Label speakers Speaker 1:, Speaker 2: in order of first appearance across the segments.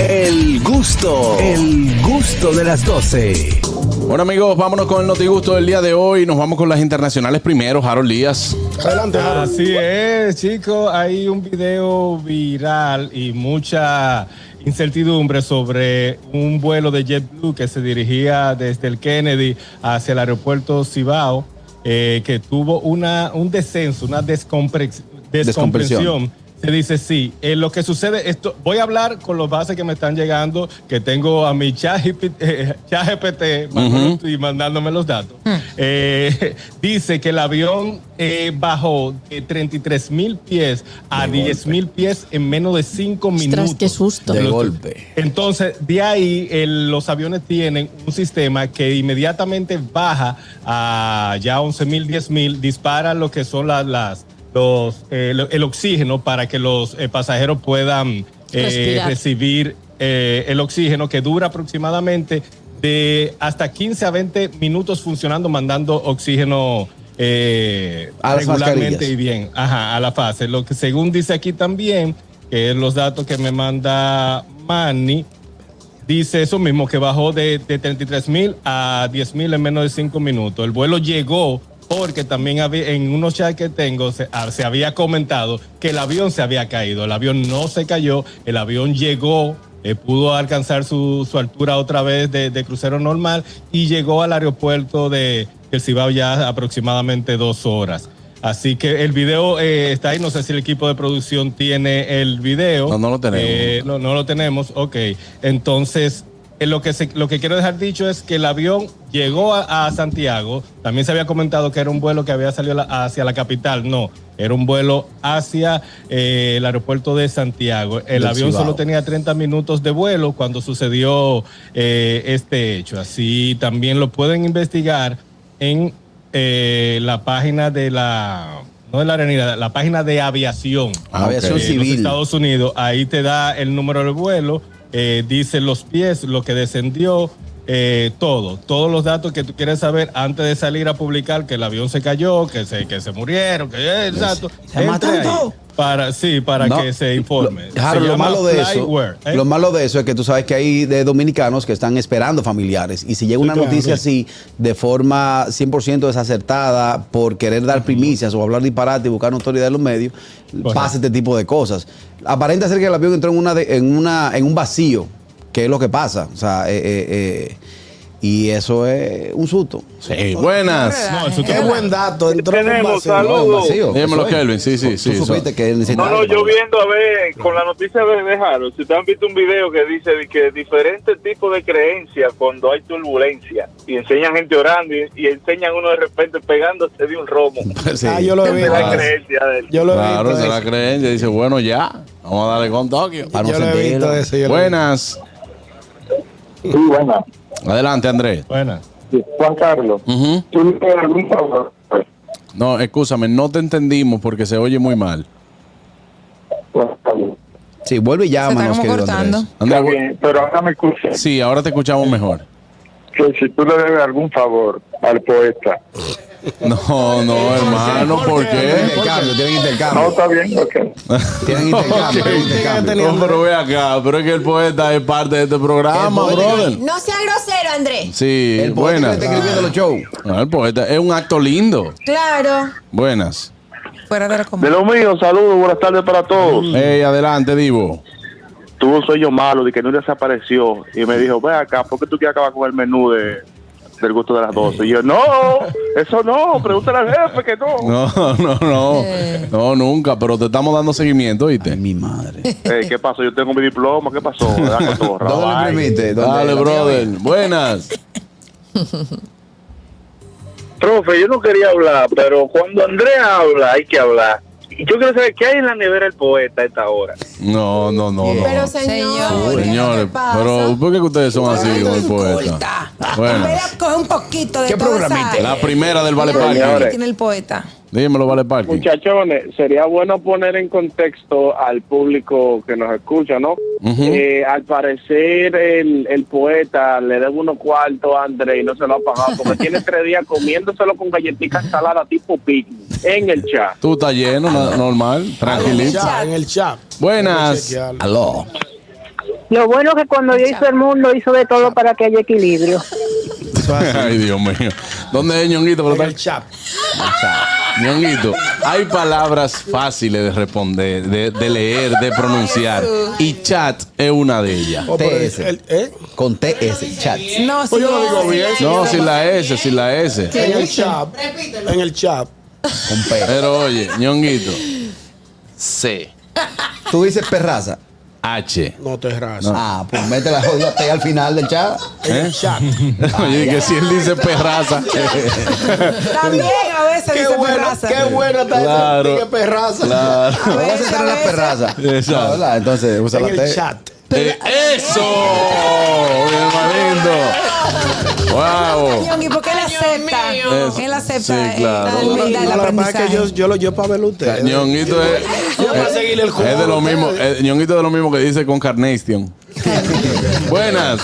Speaker 1: El gusto, el gusto de las 12.
Speaker 2: Bueno amigos, vámonos con el notigusto del día de hoy. Nos vamos con las internacionales primero, Harold Díaz.
Speaker 3: Adelante, Harold.
Speaker 4: Así es, chicos. Hay un video viral y mucha incertidumbre sobre un vuelo de JetBlue que se dirigía desde el Kennedy hacia el aeropuerto Cibao, eh, que tuvo una, un descenso, una descompres-
Speaker 2: Descompresión.
Speaker 4: descompresión. Se dice sí. Eh, lo que sucede, esto, voy a hablar con los bases que me están llegando, que tengo a mi chat GPT y mandándome los datos.
Speaker 5: Hmm.
Speaker 4: Eh, dice que el avión eh, bajó de 33 mil pies a 10 mil pies en menos de 5 minutos.
Speaker 5: Ostras, qué susto.
Speaker 1: De
Speaker 4: Los-
Speaker 1: golpe.
Speaker 4: Entonces, de ahí el- los aviones tienen un sistema que inmediatamente baja a ya 11.000, 10.000, dispara lo que son las, las- los, eh, lo- el oxígeno para que los eh, pasajeros puedan eh,
Speaker 5: Respirar.
Speaker 4: recibir eh, el oxígeno que dura aproximadamente de hasta 15 a 20 minutos funcionando, mandando oxígeno. eh,
Speaker 2: A las
Speaker 4: regularmente
Speaker 2: mascarillas.
Speaker 4: y bien, ajá, a la fase. Lo que según dice aquí también, que es los datos que me manda Manny, dice eso mismo, que bajó de, de 33 mil a 10 mil en menos de 5 minutos. El vuelo llegó porque también había, en unos chats que tengo se, ah, se había comentado que el avión se había caído. El avión no se cayó, el avión llegó. eh, pudo alcanzar su, su altura otra vez de, de crucero normal y llegó al aeropuerto de El Cibao ya aproximadamente dos horas. Así que el video eh, está ahí, no sé si el equipo de producción tiene el video.
Speaker 2: No, no lo tenemos.
Speaker 4: Eh, no, no lo tenemos, ok. Entonces, eh, lo, que se- lo que quiero dejar dicho es que el avión llegó a, a Santiago. También se había comentado que era un vuelo que había salido la- hacia la capital. No, era un vuelo hacia eh, el aeropuerto de Santiago. El
Speaker 2: Del
Speaker 4: avión
Speaker 2: Cibao.
Speaker 4: solo tenía 30 minutos de vuelo cuando sucedió eh, este hecho. Así también lo pueden investigar en eh, la página de la... No de la arenilla, la página de aviación.
Speaker 2: Ah,
Speaker 1: Aviación
Speaker 2: ok.
Speaker 4: Eh, los
Speaker 1: civil.
Speaker 4: Estados Unidos. Ahí te da el número del vuelo, eh, dice los pies, lo que descendió, eh, todo. Todos los datos que tú quieres saber antes de salir a publicar que el avión se cayó, que se, que se murieron, que eh, exacto.
Speaker 6: Pues, se mataron
Speaker 4: Entra ahí
Speaker 6: todos.
Speaker 4: Para, sí, para
Speaker 6: No,
Speaker 4: que se informe.
Speaker 6: lo- Harold,
Speaker 4: Se
Speaker 6: lo
Speaker 4: llama
Speaker 6: malo de
Speaker 4: Flyware,
Speaker 6: eso,
Speaker 4: ¿eh?
Speaker 6: lo malo de eso es que tú sabes que hay de dominicanos que están esperando familiares y si llega una
Speaker 3: claro.
Speaker 6: noticia así de forma 100% desacertada por querer dar primicias o hablar disparate y buscar notoriedad en los medios, pasa este tipo de cosas. Aparenta ser que el avión entró en una de- en una en un vacío, que es lo que pasa, o sea, eh, eh, eh, y eso es un susto.
Speaker 2: Sí, buenas.
Speaker 4: No, eso
Speaker 3: Qué
Speaker 4: tú-
Speaker 3: buen dato. Entró en un
Speaker 7: Tenemos,
Speaker 3: vacío.
Speaker 7: salud.
Speaker 6: No, un vacío,
Speaker 2: Dímelo,
Speaker 6: eso es.
Speaker 2: Kelvin, sí, sí,
Speaker 6: Tú
Speaker 2: sí,
Speaker 6: supiste
Speaker 2: eso.
Speaker 6: que necesitaba-
Speaker 7: No, no, yo viendo, a ver, con la noticia de, de Harold, si ustedes han visto un video que dice de que diferentes tipos de creencias cuando hay turbulencia, y enseñan gente orando y, y enseñan uno de repente pegándose de un romo.
Speaker 2: Sí.
Speaker 3: Ah, yo lo
Speaker 7: Esa
Speaker 3: vi.
Speaker 7: es la
Speaker 2: claro.
Speaker 7: creencia de él.
Speaker 3: Yo lo he
Speaker 2: Claro,
Speaker 3: visto.
Speaker 2: se la
Speaker 3: eso.
Speaker 2: creen. Y dice, bueno, ya, vamos a darle con Tokio.
Speaker 6: Para no
Speaker 3: Ah, Yo lo he
Speaker 6: sentirlo.
Speaker 3: visto eso. yo lo he
Speaker 2: Buenas.
Speaker 8: Sí, bueno.
Speaker 2: Adelante, Andrés.
Speaker 4: Buena.
Speaker 8: Sí, Juan Carlos,
Speaker 2: Ujú.
Speaker 8: ¿tú le pides algún favor? pues,
Speaker 2: No, escúchame, no te entendimos porque se oye muy mal.
Speaker 8: Bueno, está bien.
Speaker 6: Sí, vuelve y
Speaker 5: Se está
Speaker 6: llámanos,
Speaker 5: como
Speaker 6: querido
Speaker 5: cortando.
Speaker 6: Andrés.
Speaker 7: Ah,
Speaker 2: Andrés,
Speaker 8: Está bien, Eh, pero ahora me escuchas.
Speaker 2: sí, ahora te escuchamos mejor.
Speaker 8: Que si tú le debes algún favor al poeta.
Speaker 2: No, no, hermano, ¿por
Speaker 3: Eh,
Speaker 6: Tienen
Speaker 2: qué?
Speaker 6: intercambio, tienen
Speaker 8: No,
Speaker 7: Ah,
Speaker 6: intercambio.
Speaker 8: está bien, ok.
Speaker 6: Tienen intercambio, tienen intercambio.
Speaker 2: No, pero ve acá, pero es que el poeta es parte de este programa,
Speaker 6: El poeta-
Speaker 2: brother.
Speaker 5: No sea grosero, Andrés.
Speaker 2: Sí,
Speaker 6: El poeta
Speaker 2: buenas.
Speaker 6: que está escribiendo los shows.
Speaker 2: Ah, el poeta es un acto lindo.
Speaker 5: Claro.
Speaker 2: Buenas.
Speaker 5: Fuera de la
Speaker 7: De
Speaker 5: común.
Speaker 7: lo mío, saludos, buenas tardes para
Speaker 6: Mm.
Speaker 8: Mm.
Speaker 7: todos.
Speaker 2: Ey, adelante, Divo.
Speaker 7: Tuvo un sueño malo de que no desapareció y me dijo, ve acá, ¿por qué tú quieres acabar con el menú de, del gusto de las 12? Y yo, no, eso no, pregúntale al jefe que no.
Speaker 2: No, no, no.
Speaker 5: Eh.
Speaker 2: No, nunca, pero te estamos dando seguimiento, ¿viste?
Speaker 6: Mi madre.
Speaker 7: Eh, ¿Qué pasó? Yo tengo mi diploma, ¿qué pasó? Da con todo,
Speaker 6: ¿Dónde lo
Speaker 7: Rabai.
Speaker 6: imprimiste? ¿Dónde?
Speaker 2: Dale, brother. Buenas.
Speaker 8: Profe, yo no quería hablar, pero cuando Andrea habla, hay que hablar. Yo quiero saber qué hay en la nevera del poeta a esta hora.
Speaker 2: No, no, no, no.
Speaker 5: Pero señor, ¿qué es lo que
Speaker 2: Señores,
Speaker 5: pasa?
Speaker 2: pero ¿por qué que ustedes son así con el poeta?
Speaker 5: Inculta. En
Speaker 2: Bueno,
Speaker 5: vez de coger un poquito de
Speaker 6: ¿Qué
Speaker 5: toda
Speaker 6: programita?
Speaker 5: esa-
Speaker 2: la primera del Vale
Speaker 5: Mira, mira que
Speaker 2: Parking.
Speaker 5: tiene el poeta.
Speaker 2: Dímelo, Vale Parking.
Speaker 8: Muchachones, sería bueno poner en contexto al público que nos escucha, ¿no?
Speaker 2: Ujú.
Speaker 8: Eh, al parecer el, el poeta le debe unos cuartos a André y no se lo ha pagado porque tiene tres días comiéndoselo con galletitas saladas tipo picnic en el chat.
Speaker 2: Tú estás lleno, no-
Speaker 3: Ah,
Speaker 2: normal,
Speaker 3: En el
Speaker 2: tranquilito.
Speaker 3: chat, en el chat.
Speaker 2: Buenas.
Speaker 3: Oh, Chequearlo.
Speaker 6: Aló.
Speaker 9: Lo bueno es que cuando Dios hizo el mundo, hizo de todo para que haya equilibrio.
Speaker 2: Ay, Dios mío. ¿Dónde es Ñonguito? por lo
Speaker 3: En el
Speaker 2: tanto?
Speaker 3: chat.
Speaker 2: Ñonguito, hay palabras fáciles de responder, de, de leer, de pronunciar. Y chat es una de ellas.
Speaker 3: Oh, pero
Speaker 6: TS.
Speaker 3: el- ¿eh?
Speaker 6: Con TS, chat.
Speaker 5: No,
Speaker 3: Pues yo lo digo bien.
Speaker 2: No, sin la S, sin la S.
Speaker 3: En el chat. En el chat.
Speaker 6: Con P.
Speaker 2: Pero oye, Ñonguito. C,
Speaker 6: Tú dices perraza.
Speaker 2: H.
Speaker 3: No ¿Eh? te raza.
Speaker 6: Ah, pues mete la jodida T al final del chat.
Speaker 3: En el chat.
Speaker 2: Oye, que si él dice perraza. eh,
Speaker 5: También a veces
Speaker 3: Qué
Speaker 5: dice
Speaker 3: buena,
Speaker 5: perraza.
Speaker 3: qué buena está esa
Speaker 2: Claro.
Speaker 3: tigre perraza.
Speaker 2: Claro.
Speaker 5: A
Speaker 6: Vamos a
Speaker 5: veces,
Speaker 6: centrar
Speaker 5: a
Speaker 6: en la
Speaker 5: veces.
Speaker 6: perraza.
Speaker 2: Exacto.
Speaker 6: Ah, ¿verdad? Entonces usa
Speaker 3: En
Speaker 6: la
Speaker 3: el
Speaker 6: T.
Speaker 3: chat.
Speaker 2: Eh, ¡Eso! ¡Qué lindo! ¡Wow!
Speaker 5: Ñongui, ¿por qué él acepta?
Speaker 2: mío.
Speaker 5: Él acepta
Speaker 2: Sí,
Speaker 5: eh,
Speaker 2: claro.
Speaker 5: la
Speaker 3: No, no,
Speaker 5: humildad, el
Speaker 3: la verdad es
Speaker 5: aprendizaje.
Speaker 3: que yo, yo lo yo para verlo a ustedes.
Speaker 2: Ñonguito es.
Speaker 3: Yo para seguirle el juego.
Speaker 2: Es de lo mismo,
Speaker 3: ustedes.
Speaker 2: eh, Ñonguito es de lo mismo que dice con Carnation. buenas,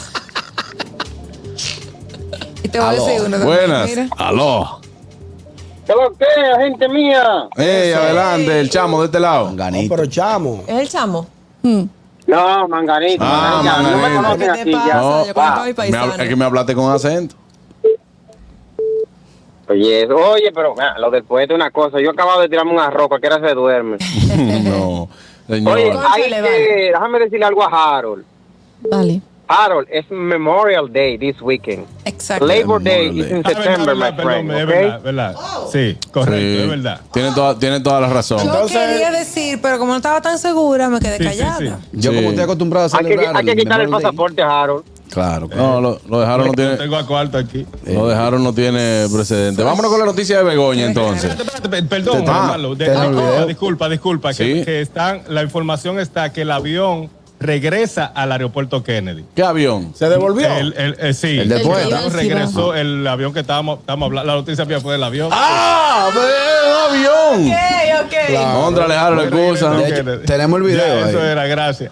Speaker 5: Y te voy a decir uno. también,
Speaker 2: buenas.
Speaker 5: mira.
Speaker 2: Aló.
Speaker 8: gente mía?
Speaker 2: Ey, adelante, el chamo de este lado.
Speaker 3: No,
Speaker 6: Ganito.
Speaker 3: pero chamo.
Speaker 5: ¿Es el chamo?
Speaker 8: No, manganito.
Speaker 2: Ah,
Speaker 8: manganito. No me
Speaker 2: Manganito.
Speaker 8: conocen
Speaker 5: ¿Qué te
Speaker 8: aquí
Speaker 5: pasa?
Speaker 8: ya.
Speaker 2: No,
Speaker 5: yo conozco a
Speaker 2: Me
Speaker 5: mi
Speaker 2: hab- es que
Speaker 5: paisano.
Speaker 2: me hablaste con acento.
Speaker 8: Oye, eso- oye, pero ah, lo del poeta es una cosa. Yo acababa de tirarme una ropa, que era se duerme.
Speaker 2: no, señor.
Speaker 8: Oye, hay
Speaker 5: Cónchale,
Speaker 8: que, déjame decirle algo a Harold.
Speaker 10: Vale.
Speaker 8: Harold, it's Memorial Day this weekend.
Speaker 5: Exacto.
Speaker 8: Labor Day
Speaker 2: Memorial
Speaker 8: is
Speaker 2: Day.
Speaker 8: in
Speaker 4: Ah, verdad,
Speaker 8: September,
Speaker 4: verdad,
Speaker 8: my
Speaker 4: perdón,
Speaker 8: friend.
Speaker 4: es
Speaker 8: Okay?
Speaker 4: verdad, verdad.
Speaker 3: Oh.
Speaker 4: Sí, correcto,
Speaker 2: Sí.
Speaker 4: es verdad.
Speaker 2: Tiene toda, tiene toda la razón.
Speaker 5: Yo
Speaker 3: Entonces-
Speaker 5: quería decir, pero como no estaba tan segura, me quedé
Speaker 4: Sí, sí,
Speaker 5: callada.
Speaker 4: sí.
Speaker 6: Yo
Speaker 2: Sí.
Speaker 6: como estoy acostumbrado a
Speaker 8: Hay que,
Speaker 6: celebrar
Speaker 8: hay que quitar el
Speaker 6: Memorial Day.
Speaker 8: pasaporte a Harold.
Speaker 6: Claro.
Speaker 2: No, lo, lo dejaron no
Speaker 4: Yo
Speaker 2: tiene,
Speaker 4: tengo a cuarto aquí.
Speaker 2: lo dejaron no tiene precedente. Vámonos con la noticia de Begoña entonces.
Speaker 4: Espérate, espérate, pe- Perdón,
Speaker 2: Te- ah,
Speaker 4: Malo, de-
Speaker 6: te da el
Speaker 4: disculpa,
Speaker 6: video.
Speaker 4: disculpa, disculpa, que-
Speaker 2: Sí.
Speaker 4: que, están, la información está que el avión regresa al aeropuerto Kennedy.
Speaker 2: ¿Qué avión?
Speaker 3: Se devolvió.
Speaker 4: El, el- eh, sí,
Speaker 6: El del
Speaker 4: el
Speaker 6: poeta.
Speaker 4: avión regresó, el avión que estábamos, estábamos hablando, la noticia mía fue del avión.
Speaker 2: ¡Ah! ¡Un avión!
Speaker 5: Ok, ok.
Speaker 2: Contra Alejandro
Speaker 4: Fue regreso
Speaker 2: excusa.
Speaker 4: al
Speaker 6: De hecho,
Speaker 4: Kennedy.
Speaker 6: tenemos el video
Speaker 4: Ya, eso
Speaker 6: ahí.
Speaker 4: era, gracias.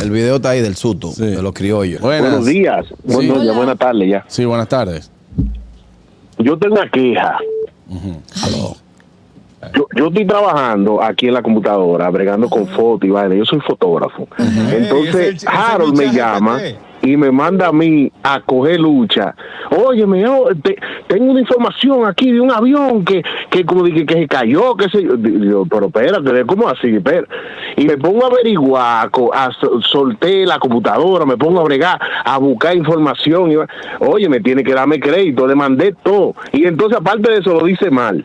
Speaker 6: El video está ahí del suto,
Speaker 2: Sí.
Speaker 6: de los criollos.
Speaker 2: Buenas.
Speaker 11: Buenos días, buenos días, buenas tardes ya.
Speaker 2: Sí, buenas tardes.
Speaker 11: Yo tengo una queja. Yo, yo estoy trabajando aquí en la computadora, bregando con fotos y vaina. Yo soy fotógrafo.
Speaker 4: Ey, ese-
Speaker 11: Entonces,
Speaker 4: ese
Speaker 11: Harold me
Speaker 4: bichaje
Speaker 11: llama
Speaker 4: que te-
Speaker 11: y me manda a mí a coger lucha. Oye, me tengo una información aquí de un avión que, que como dije que se cayó, que se yo, pero espérate, ¿cómo así? Espera. Y me pongo a averiguar, co- a sol- solté la computadora, me pongo a bregar, a buscar información. y va- Oye, me tiene que darme crédito, le mandé todo. Y entonces aparte de eso lo dice mal.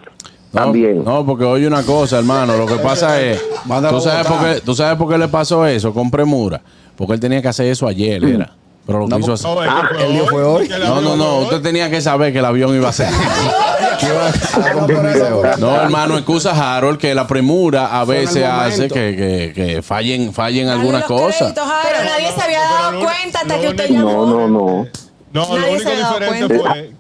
Speaker 2: No,
Speaker 11: También.
Speaker 2: No, porque oye una cosa, hermano. Lo que pasa es.
Speaker 6: Mándalo
Speaker 2: ¿tú sabes,
Speaker 6: a
Speaker 2: por
Speaker 6: votar.
Speaker 2: qué, ¿Tú sabes por qué le pasó eso con premura? Porque él tenía que hacer eso ayer, era. Pero lo
Speaker 6: No,
Speaker 2: quiso hacer.
Speaker 4: No, el que
Speaker 6: el día Ah, fue hoy.
Speaker 4: porque el
Speaker 2: No, no,
Speaker 4: avión eh.
Speaker 2: no.
Speaker 4: fue
Speaker 2: Usted
Speaker 4: hoy.
Speaker 2: tenía que saber que el avión iba a ser.
Speaker 6: Vamos a poner eso.
Speaker 2: No, hermano, excusa Harold que la premura a veces
Speaker 3: momento.
Speaker 2: hace que, que- que fallen, fallen
Speaker 5: Dale
Speaker 2: algunas
Speaker 5: los
Speaker 2: cosas.
Speaker 5: créditos, Harold.
Speaker 10: Pero nadie se había
Speaker 4: pero
Speaker 10: dado
Speaker 4: lo-
Speaker 10: cuenta hasta
Speaker 4: lo
Speaker 10: que usted
Speaker 4: único-
Speaker 10: llamó.
Speaker 11: No, no, no.
Speaker 4: No, lo
Speaker 10: Nadie
Speaker 4: único
Speaker 10: se ha dado
Speaker 4: diferente
Speaker 10: cuenta.
Speaker 4: fue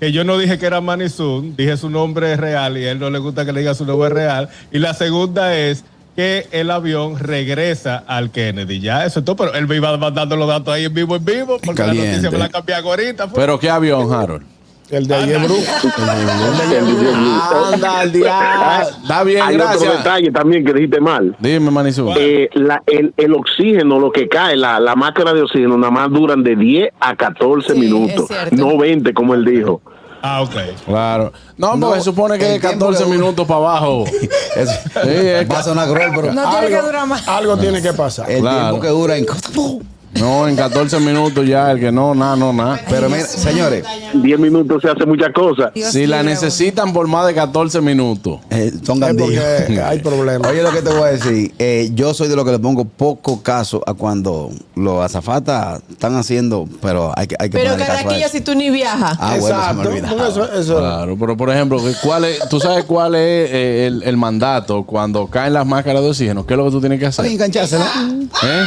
Speaker 4: que yo no dije que era Manizun, dije su nombre real y a él no le gusta que le diga su nombre real. Y la segunda es que el avión regresa al Kennedy. Ya, eso es todo, pero él me iba mandando los datos ahí en vivo, en vivo, porque
Speaker 6: Caliente.
Speaker 4: la noticia me la cambiaron ahorita. fue. Ah,
Speaker 2: Pero qué avión, Harold.
Speaker 3: El de Yebru.
Speaker 2: Anda, al diablo. Está bien,
Speaker 11: Hay otro
Speaker 2: gracias.
Speaker 11: detalle también que dijiste mal.
Speaker 2: Dime, Manisú.
Speaker 11: Eh, la- el, el oxígeno, lo que cae, la, la máscara de oxígeno, nada más duran de 10 a 14
Speaker 10: Sí,
Speaker 11: minutos,
Speaker 10: es cierto.
Speaker 11: no 20, como él dijo.
Speaker 4: ah, ok.
Speaker 2: Claro. No, porque
Speaker 6: No,
Speaker 2: se supone que de
Speaker 6: el tiempo
Speaker 2: 14
Speaker 6: que dura.
Speaker 2: minutos para abajo.
Speaker 6: Eso.
Speaker 2: Sí, es
Speaker 6: Va a sonar cruel, pero ah,
Speaker 5: No tiene que durar más.
Speaker 3: Algo tiene que pasar.
Speaker 6: el
Speaker 2: Claro.
Speaker 6: tiempo que dura en cosas- ¡Pum!
Speaker 2: No, en 14 minutos ya, el que no, nada, no, nada.
Speaker 6: Pero mira, señores,
Speaker 11: 10 minutos se hace muchas cosas.
Speaker 5: Dios
Speaker 2: Si la
Speaker 5: libre,
Speaker 2: necesitan por más de 14 minutos.
Speaker 6: eh, son
Speaker 3: Es
Speaker 6: gandillos.
Speaker 3: porque hay problemas.
Speaker 6: Oye, lo que te voy a decir, eh, yo soy de lo que le pongo poco caso a cuando los azafatas están haciendo, pero hay que, hay que
Speaker 10: Pero
Speaker 6: ponerle caso a
Speaker 10: Carraquillo,
Speaker 6: eso.
Speaker 10: si tú ni viajas.
Speaker 6: Ah, bueno, se me Ah.
Speaker 3: porque
Speaker 6: olvidaba.
Speaker 3: Pues eso- eso-
Speaker 2: Claro, pero por ejemplo, ¿cuál es, ¿tú sabes cuál es eh, el, el mandato cuando caen las máscaras de oxígeno? ¿Qué es lo que tú tienes que
Speaker 6: Está bien
Speaker 2: hacer?
Speaker 6: enganchársela.
Speaker 2: ¿Eh?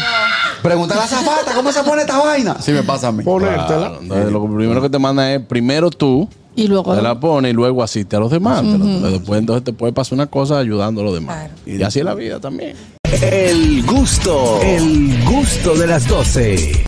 Speaker 6: Preguntar a la azafata, ¿cómo se pone esta vaina? Sí me pasa a mí.
Speaker 2: Claro, entonces lo primero que te manda es primero tú,
Speaker 10: Y luego.
Speaker 2: te la pones y luego asiste a los demás. Te la- te- Después entonces te puede pasar una cosa ayudando a los demás.
Speaker 5: Claro.
Speaker 2: Y así es la vida también.
Speaker 1: El gusto, el gusto de las 12.